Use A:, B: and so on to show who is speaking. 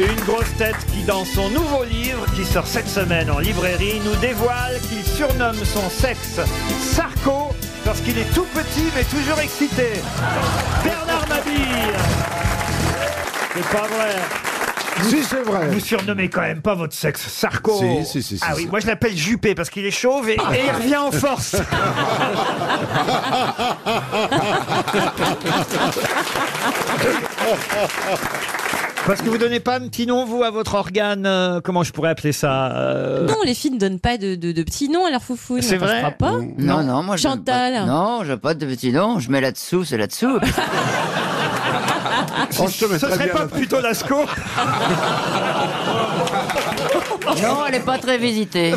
A: Une grosse tête qui, dans son nouveau livre, qui sort cette semaine en librairie, nous dévoile qu'il surnomme son sexe Sarko parce qu'il est tout petit mais toujours excité. Bernard Mabille C'est pas vrai
B: Si, c'est vrai.
A: Vous surnommez quand même pas votre sexe Sarko
B: Si, si, si, si,
A: Ah oui,
B: si.
A: moi je l'appelle Juppé parce qu'il est chauve et, et il revient en force Parce que vous donnez pas un petit nom, vous, à votre organe, euh, comment je pourrais appeler ça euh,
C: Non, les filles ne donnent pas de, de, de petits noms à leur foufou.
A: C'est vrai
C: Je crois pas.
D: Non, non, moi je. donne
C: Chantal.
D: Pas, non, je pas de petit nom, je mets là-dessous, c'est là-dessous.
B: Oh, je te mets
A: Ce
B: très
A: serait
B: bien
A: pas
B: là-
A: plutôt Lasco
D: non, elle est pas très visitée.